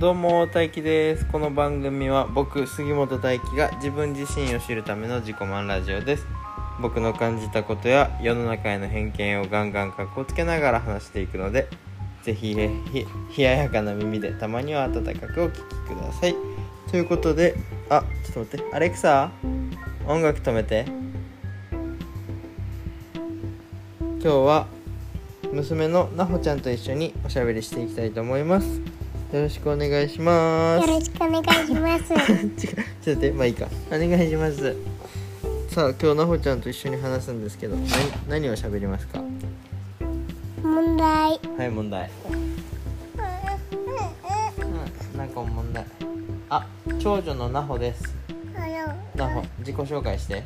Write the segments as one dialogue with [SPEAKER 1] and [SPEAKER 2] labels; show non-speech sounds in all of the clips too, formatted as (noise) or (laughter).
[SPEAKER 1] どうも大輝ですこの番組は僕杉本大輝が自分自身を知るための自己満ラジオです僕の感じたことや世の中への偏見をガンガンかっこつけながら話していくのでぜひえひ冷ややかな耳でたまには温かくお聞きくださいということであちょっと待ってアレクサ音楽止めて今日は娘のなほちゃんと一緒におしゃべりしていきたいと思いますよろしくお願いしま
[SPEAKER 2] よ
[SPEAKER 1] す
[SPEAKER 2] ろしくお願いします。
[SPEAKER 1] (laughs) 違うちょっと待ってまあいいかお願いしますさあ今日なほちゃんと一緒に話すんですけど何何を喋りますか
[SPEAKER 2] 問題。
[SPEAKER 1] はい問題うんなんか問題あ長女のなほですなほ自己紹介して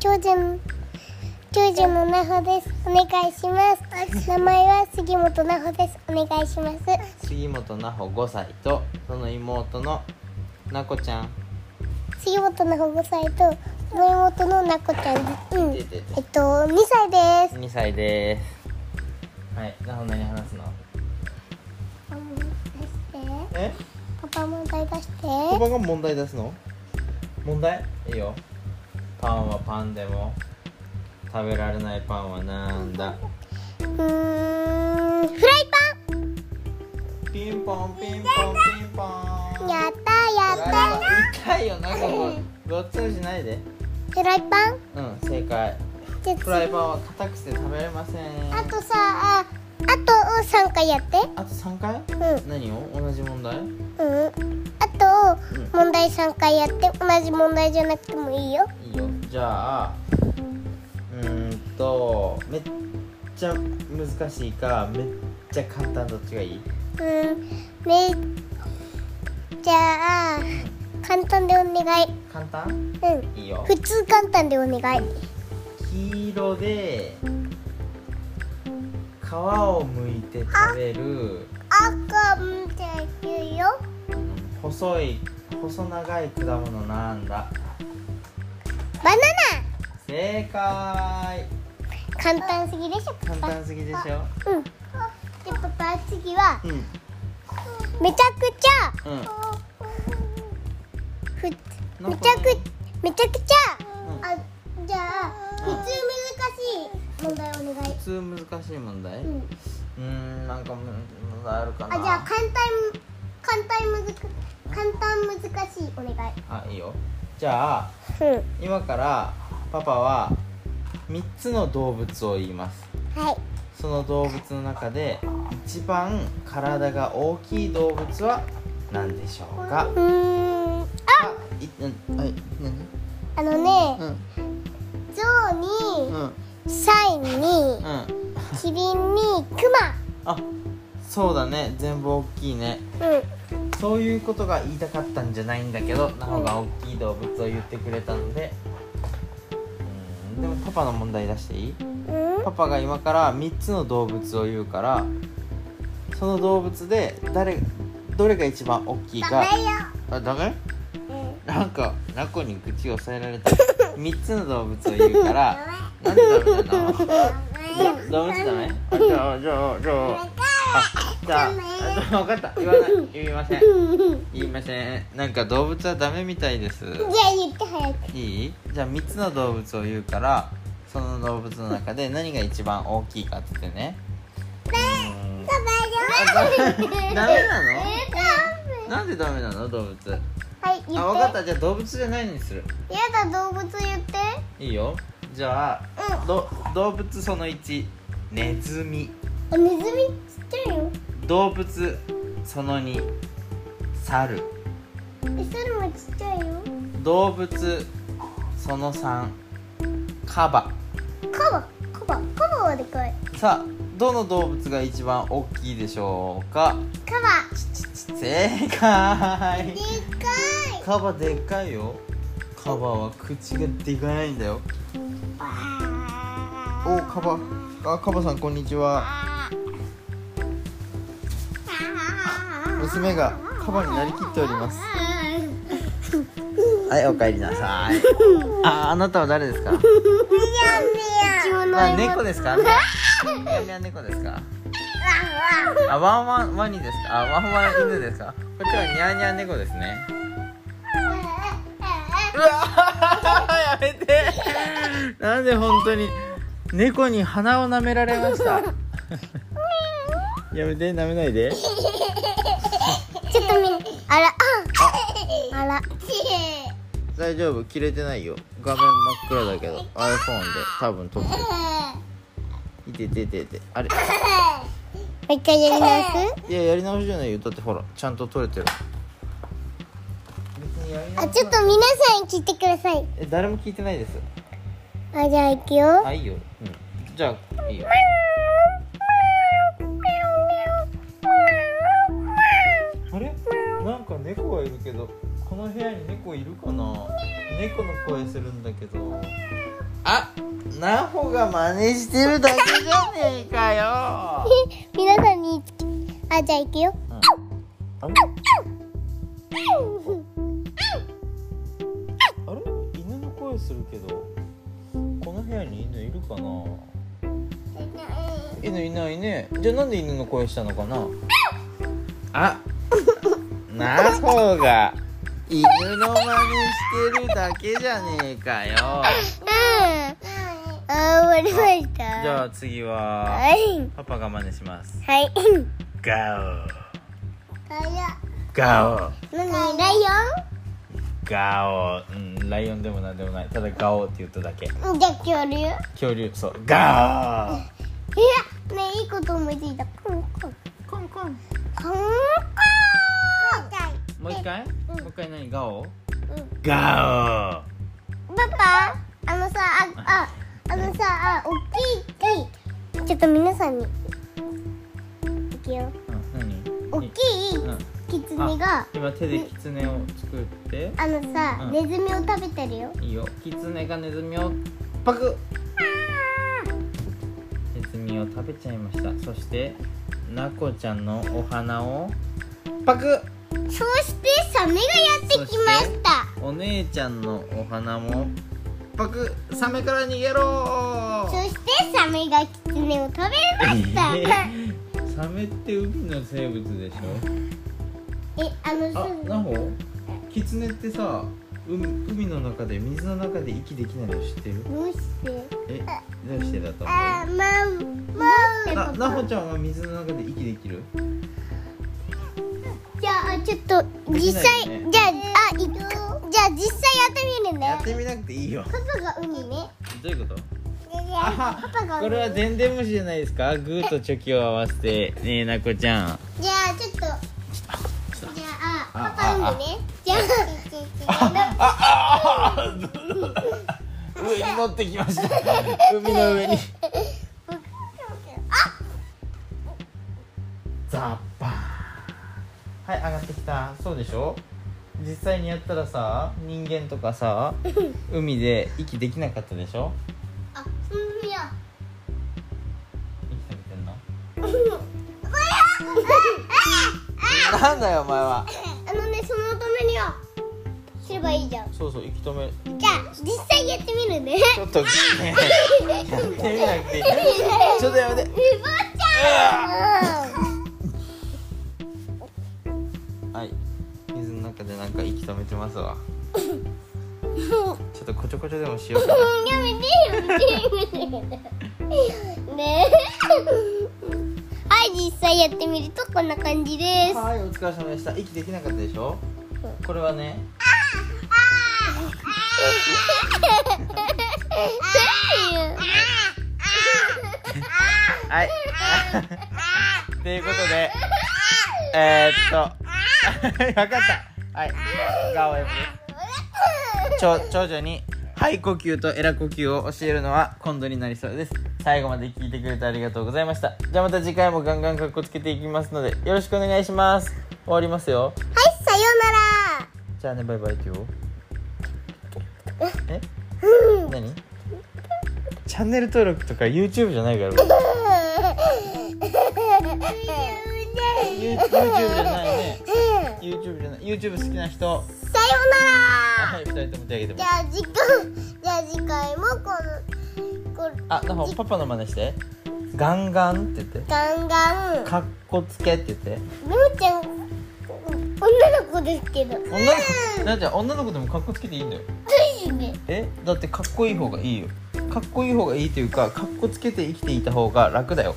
[SPEAKER 2] 長女の長女のなほです。お願いします。名前は杉本なほです。お願いします。
[SPEAKER 1] 杉本なほ5歳とその妹のなこちゃん
[SPEAKER 2] 杉本なほ5歳とその妹のなこちゃんです。うん。え
[SPEAKER 1] 出
[SPEAKER 2] って
[SPEAKER 1] る
[SPEAKER 2] と2歳です。
[SPEAKER 1] 2歳ですはいなほ何話すの
[SPEAKER 2] パパも出して。
[SPEAKER 1] え
[SPEAKER 2] パパ問題出して。
[SPEAKER 1] パパが問題出すの問題いいよパンはパンでも食べられないパンはなんだ
[SPEAKER 2] うーん。フライ
[SPEAKER 1] ピンポンピンポンピンポ
[SPEAKER 2] パン。
[SPEAKER 1] ン
[SPEAKER 2] やったやった。
[SPEAKER 1] 痛いよなここごっつんしないで
[SPEAKER 2] フライパン。
[SPEAKER 1] うん正解
[SPEAKER 2] じゃあ
[SPEAKER 1] フ
[SPEAKER 2] 次
[SPEAKER 1] ライパンは硬くて食べれません
[SPEAKER 2] あとさああと三回やって。
[SPEAKER 1] あと3回
[SPEAKER 2] うん。
[SPEAKER 1] 何を同じ問題
[SPEAKER 2] うん、あと問題3回やって同じ問題じゃなくてもいいよ
[SPEAKER 1] いいよじゃあうーんとめっちゃ難しいかめっちゃ簡単どっちがいい
[SPEAKER 2] うんめじゃあ簡単でお願い
[SPEAKER 1] 簡単
[SPEAKER 2] うん
[SPEAKER 1] いいよ
[SPEAKER 2] 普通簡単でお願い
[SPEAKER 1] 黄色で皮を剥いて食べる
[SPEAKER 2] 赤みたい言うよ
[SPEAKER 1] 細い細長い果物なんだ
[SPEAKER 2] バナ
[SPEAKER 1] 正解
[SPEAKER 2] ナ簡単すぎでしょパ
[SPEAKER 1] 簡
[SPEAKER 2] パ
[SPEAKER 1] 単すぎでしょ
[SPEAKER 2] うんでパパ次は
[SPEAKER 1] うん
[SPEAKER 2] めちゃくちゃ
[SPEAKER 1] うん
[SPEAKER 2] ふめち
[SPEAKER 1] なんか
[SPEAKER 2] ゃくめちゃくち
[SPEAKER 1] うん
[SPEAKER 2] ゃあじゃあ普通難しい問題お願い
[SPEAKER 1] 普通難しい問題
[SPEAKER 2] う
[SPEAKER 1] うんーんなんかむ問題あるかな
[SPEAKER 2] あじゃあ簡単簡単むずか簡単難しいお願い。
[SPEAKER 1] あいいよじゃあ
[SPEAKER 2] うん
[SPEAKER 1] 今からパパは3つの動物を言います
[SPEAKER 2] はい
[SPEAKER 1] その動物の中で一番体が大きい動物は何でしょうか。
[SPEAKER 2] うーんあ
[SPEAKER 1] あ、い、うん、はい、
[SPEAKER 2] あのね
[SPEAKER 1] 何？
[SPEAKER 2] 象
[SPEAKER 1] うん、
[SPEAKER 2] に
[SPEAKER 1] うん、
[SPEAKER 2] サインに
[SPEAKER 1] うん。
[SPEAKER 2] キリンにク
[SPEAKER 1] あ、そうだね。全部大きいね。
[SPEAKER 2] マ。うん
[SPEAKER 1] そういうことが言いたかったんじゃないんだけど、なほが大きい動物を言ってくれたので。うん、でもパパの問題出していい？
[SPEAKER 2] うん
[SPEAKER 1] パパが今から3つの動物を言うから、その動物で誰どれが一番大きい
[SPEAKER 2] ダ
[SPEAKER 1] か。
[SPEAKER 2] メよ。
[SPEAKER 1] あ、ダメ？
[SPEAKER 2] うん
[SPEAKER 1] なんかナコに口を押さえら (laughs) れた三つの動物を言うからなんでダメな
[SPEAKER 2] ダメよ。
[SPEAKER 1] の動物ダメあじゃあじゃあじゃああじゃああ分かった言わない言いません
[SPEAKER 2] うん
[SPEAKER 1] 言いませんなんか動物はダメみたいです
[SPEAKER 2] じゃあ言って早く。
[SPEAKER 1] いいじゃあ三つの動物を言うからその動物の中で何が一番大きいかって言ってねうーん
[SPEAKER 2] ダメよ。
[SPEAKER 1] ダメなの
[SPEAKER 2] えダメ
[SPEAKER 1] なんでダメなの動物
[SPEAKER 2] はい言
[SPEAKER 1] あ分かっ
[SPEAKER 2] って。
[SPEAKER 1] たじゃあ動物じゃないにする
[SPEAKER 2] やだ動物言って。
[SPEAKER 1] いいよじゃあ、
[SPEAKER 2] う
[SPEAKER 1] ど動物その1ネズミ
[SPEAKER 2] あネズミちっちゃいよ。
[SPEAKER 1] 動物その2猿
[SPEAKER 2] えそれもちっちゃいよ。
[SPEAKER 1] 動物その3カバ
[SPEAKER 2] カバカバカバはでかい
[SPEAKER 1] さあどの動物が一番大きいでしょうか
[SPEAKER 2] カバ
[SPEAKER 1] 正解
[SPEAKER 2] でかい
[SPEAKER 1] カバでっかいよカバは口がでかいんだよおおカバあカバさんこんにちは娘がカバになりきっておりますはいおかえりなさいああなたは誰ですか
[SPEAKER 2] うちもの
[SPEAKER 1] あ
[SPEAKER 2] 妹
[SPEAKER 1] 猫ですか。ミャンミャン猫ですか。
[SPEAKER 2] あ
[SPEAKER 1] あワンワンワニですかあワンワン犬ですかこちらニャーニャー猫ですねうわーやめてなんで本当に猫に鼻を舐められましたやめて舐めないで
[SPEAKER 2] ちょっとみんあらあら
[SPEAKER 1] 大丈夫切れてないよ画面真っ暗だけど iPhone で多分撮ってるいててててあれ
[SPEAKER 2] もう一回やり直す
[SPEAKER 1] いややり直しじゃないよだってほらちゃんと撮れてる別にやり直
[SPEAKER 2] あ
[SPEAKER 1] し
[SPEAKER 2] ちょっと皆さん聞いてください
[SPEAKER 1] え誰も聞いてないです
[SPEAKER 2] あじゃあ行くよ
[SPEAKER 1] あいいよ、うん、じゃあいいよあれなんか猫がいるけどこの部屋に猫いるかな猫の声するんだけどあナホが真似してるだけじゃねえかよ
[SPEAKER 2] 皆さんにあじゃあ行くよ
[SPEAKER 1] あれあれ犬の声するけどこの部屋に犬いるかな犬いないねじゃあなんで犬の声したのかなあ (laughs) なほうが犬の真似してるだけじゃねえかよ
[SPEAKER 2] うんあ終わりました
[SPEAKER 1] じゃあ次は
[SPEAKER 2] はい
[SPEAKER 1] パパが真似します
[SPEAKER 2] はい
[SPEAKER 1] ガ
[SPEAKER 2] ライ
[SPEAKER 1] オガ
[SPEAKER 2] オン何ライ
[SPEAKER 1] オガオうんライオンでもなんでもないただガオって言っただけ
[SPEAKER 2] オンじゃあ恐竜いやね
[SPEAKER 1] 恐竜そうガオ
[SPEAKER 2] いいこと思いついたコンコン
[SPEAKER 1] コンコン
[SPEAKER 2] コンコン
[SPEAKER 1] もう一回、もう一回何ガオ
[SPEAKER 2] うん
[SPEAKER 1] ガ
[SPEAKER 2] パパあのさあああのさあおっきいちょっと皆さんにいくよ
[SPEAKER 1] オうん
[SPEAKER 2] おっ
[SPEAKER 1] 何
[SPEAKER 2] きい
[SPEAKER 1] うん
[SPEAKER 2] キツネが
[SPEAKER 1] 今手でキツネを作って
[SPEAKER 2] あのさ、
[SPEAKER 1] うん
[SPEAKER 2] ネズミを食べてるよ
[SPEAKER 1] いいよキツネがネズミをパクネズミを食べちゃいましたそしてナコちゃんのお花をパク
[SPEAKER 2] そしてサメがやってきました
[SPEAKER 1] お姉ちゃんのお花もパクサメから逃げろ
[SPEAKER 2] そしてサメがキツネを食べましたえ
[SPEAKER 1] (laughs) サメって海の生物でしょ
[SPEAKER 2] あの
[SPEAKER 1] あ
[SPEAKER 2] さ、
[SPEAKER 1] なほキツネってさ海海の中で水の中で息できないの知ってる
[SPEAKER 2] どうして
[SPEAKER 1] えどうしてだと思
[SPEAKER 2] あ
[SPEAKER 1] う
[SPEAKER 2] まんまん
[SPEAKER 1] ななほちゃんは水の中で息できる
[SPEAKER 2] じゃあちょっと実際、
[SPEAKER 1] できないよね
[SPEAKER 2] じゃああいくじゃあ実際やってみるね
[SPEAKER 1] やってみなくていいよ
[SPEAKER 2] パパがウニね
[SPEAKER 1] どういうことあ
[SPEAKER 2] パパが
[SPEAKER 1] はこれはデンデムシじゃないですかグーとチョキを合わせてねえなこちゃん
[SPEAKER 2] じゃあちょっとじゃあ
[SPEAKER 1] あ
[SPEAKER 2] パパウニねじゃあ
[SPEAKER 1] ああ (laughs) 上に乗ってきました (laughs) 海の上にザッパーンはい上がってきたそうでしょ実際にやったらさ人間とか (laughs) さ海で息できなかったでしょ
[SPEAKER 2] あうんいや
[SPEAKER 1] 息できてんのなんだよお前は
[SPEAKER 2] あのねその止めにはすればいいじゃん
[SPEAKER 1] そうそう息止め
[SPEAKER 2] じゃあ実際やってみるね
[SPEAKER 1] ちょっとねやってみなくていいちょっとやめて
[SPEAKER 2] うぼちゃん
[SPEAKER 1] はい水の中でなんか息止めてますわちょっとこちょこちょでもしようかな
[SPEAKER 2] やめてやめてやめてねはい実際やってみるとこんな感じですあ
[SPEAKER 1] はい、お疲れ様でした。息できなかったでしょ。これはね、はい。ということで、えー、っと、 (laughs) わかった。はい、ガオエブ。長長女に肺呼吸とエラ呼吸を教えるのは今度になりそうです。最後まで聞いてくれてありがとうございました。じゃあまた次回もガンガンかっこつけていきますので、よろしくお願いします。終わりますよ。
[SPEAKER 2] はいさようなら
[SPEAKER 1] じゃあね、バイバイ今日。え？何？チャンネル登録とか YouTube じゃないから。僕 You- YouTube じゃないね。YouTube じゃない。YouTube 好きな人。は
[SPEAKER 2] さようなら
[SPEAKER 1] い、二人とも手挙げて
[SPEAKER 2] じ
[SPEAKER 1] ま
[SPEAKER 2] ゃ
[SPEAKER 1] す。
[SPEAKER 2] あ次回じゃあ次回もこのこの
[SPEAKER 1] あ、なほパパの真似して。ガンガンって言って
[SPEAKER 2] ガンガン
[SPEAKER 1] かっこつけって言って
[SPEAKER 2] みおちゃん女の子ですけど
[SPEAKER 1] 女の子ななちゃん女の子でもかっこつけていいんだよ
[SPEAKER 2] ついね
[SPEAKER 1] えだってかっこいい方がいいよかっこいい方がいいというかかっこつけて生きていた方が楽だよ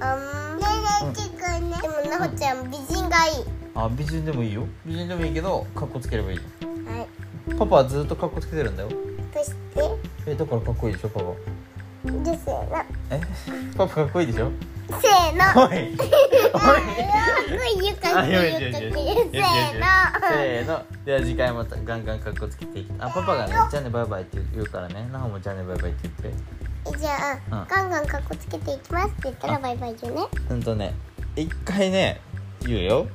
[SPEAKER 2] あんねえねえちくんねでもなほちゃん美人がいい
[SPEAKER 1] あ美人でもいいよ美人でもいいけどかっこつければいい
[SPEAKER 2] はい
[SPEAKER 1] パパはずっとかっこつけてるんだよ
[SPEAKER 2] そして
[SPEAKER 1] えだからかっこいいでしょパパ
[SPEAKER 2] 女性の
[SPEAKER 1] えパパかっこいいでしょ
[SPEAKER 2] せーの
[SPEAKER 1] お (laughs) いおい
[SPEAKER 2] かっこいいよかっこいいよかっこいいよせーの
[SPEAKER 1] せーのでは次回またガンガンかっこつけていきあパパがね「じゃあねバイバイ」って言うからねなほも「じゃあねバイバイ」って言って
[SPEAKER 2] じゃあ、
[SPEAKER 1] うん
[SPEAKER 2] ガンガンかっこつけていきますって言ったらバイバイ言うね
[SPEAKER 1] うんとね一回ね言うよ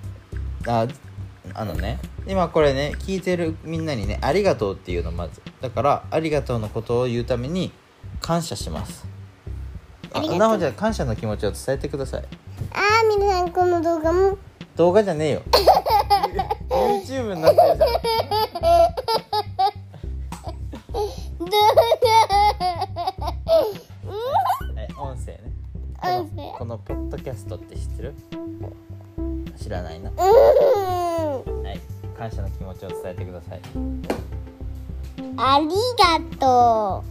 [SPEAKER 1] ああのね今これね聞いてるみんなにね「ありがとう」っていうのまずだから「ありがとう」のことを言うために感謝します
[SPEAKER 2] あ
[SPEAKER 1] あ
[SPEAKER 2] りがとう
[SPEAKER 1] なほちゃん感謝の気持ちを伝えてください
[SPEAKER 2] あー皆さんこの動画も (laughs)
[SPEAKER 1] 動画じゃねえよ YouTube になってるじゃんは
[SPEAKER 2] 動
[SPEAKER 1] い、音声ねこ
[SPEAKER 2] 音
[SPEAKER 1] の
[SPEAKER 2] 声
[SPEAKER 1] このポッドキャストって知ってる知らないな
[SPEAKER 2] 画う
[SPEAKER 1] はい感謝の気持ちを伝えてください
[SPEAKER 2] ーんありがと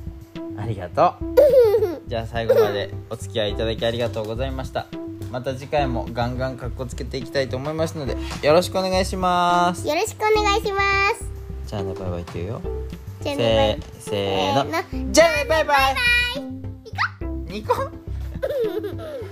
[SPEAKER 1] ありがと
[SPEAKER 2] (laughs)
[SPEAKER 1] うじゃあ最後までお付き合いいただきありがとうございましたまた次回もガンガンかっこつけていきたいと思いますのでよろしくお願いします
[SPEAKER 2] うよろしくお願いします
[SPEAKER 1] じゃあねバイバイって言うよ
[SPEAKER 2] じゃあね
[SPEAKER 1] せーせー
[SPEAKER 2] せー
[SPEAKER 1] のじゃあねバイバイ
[SPEAKER 2] バイバイ行こう
[SPEAKER 1] ニコ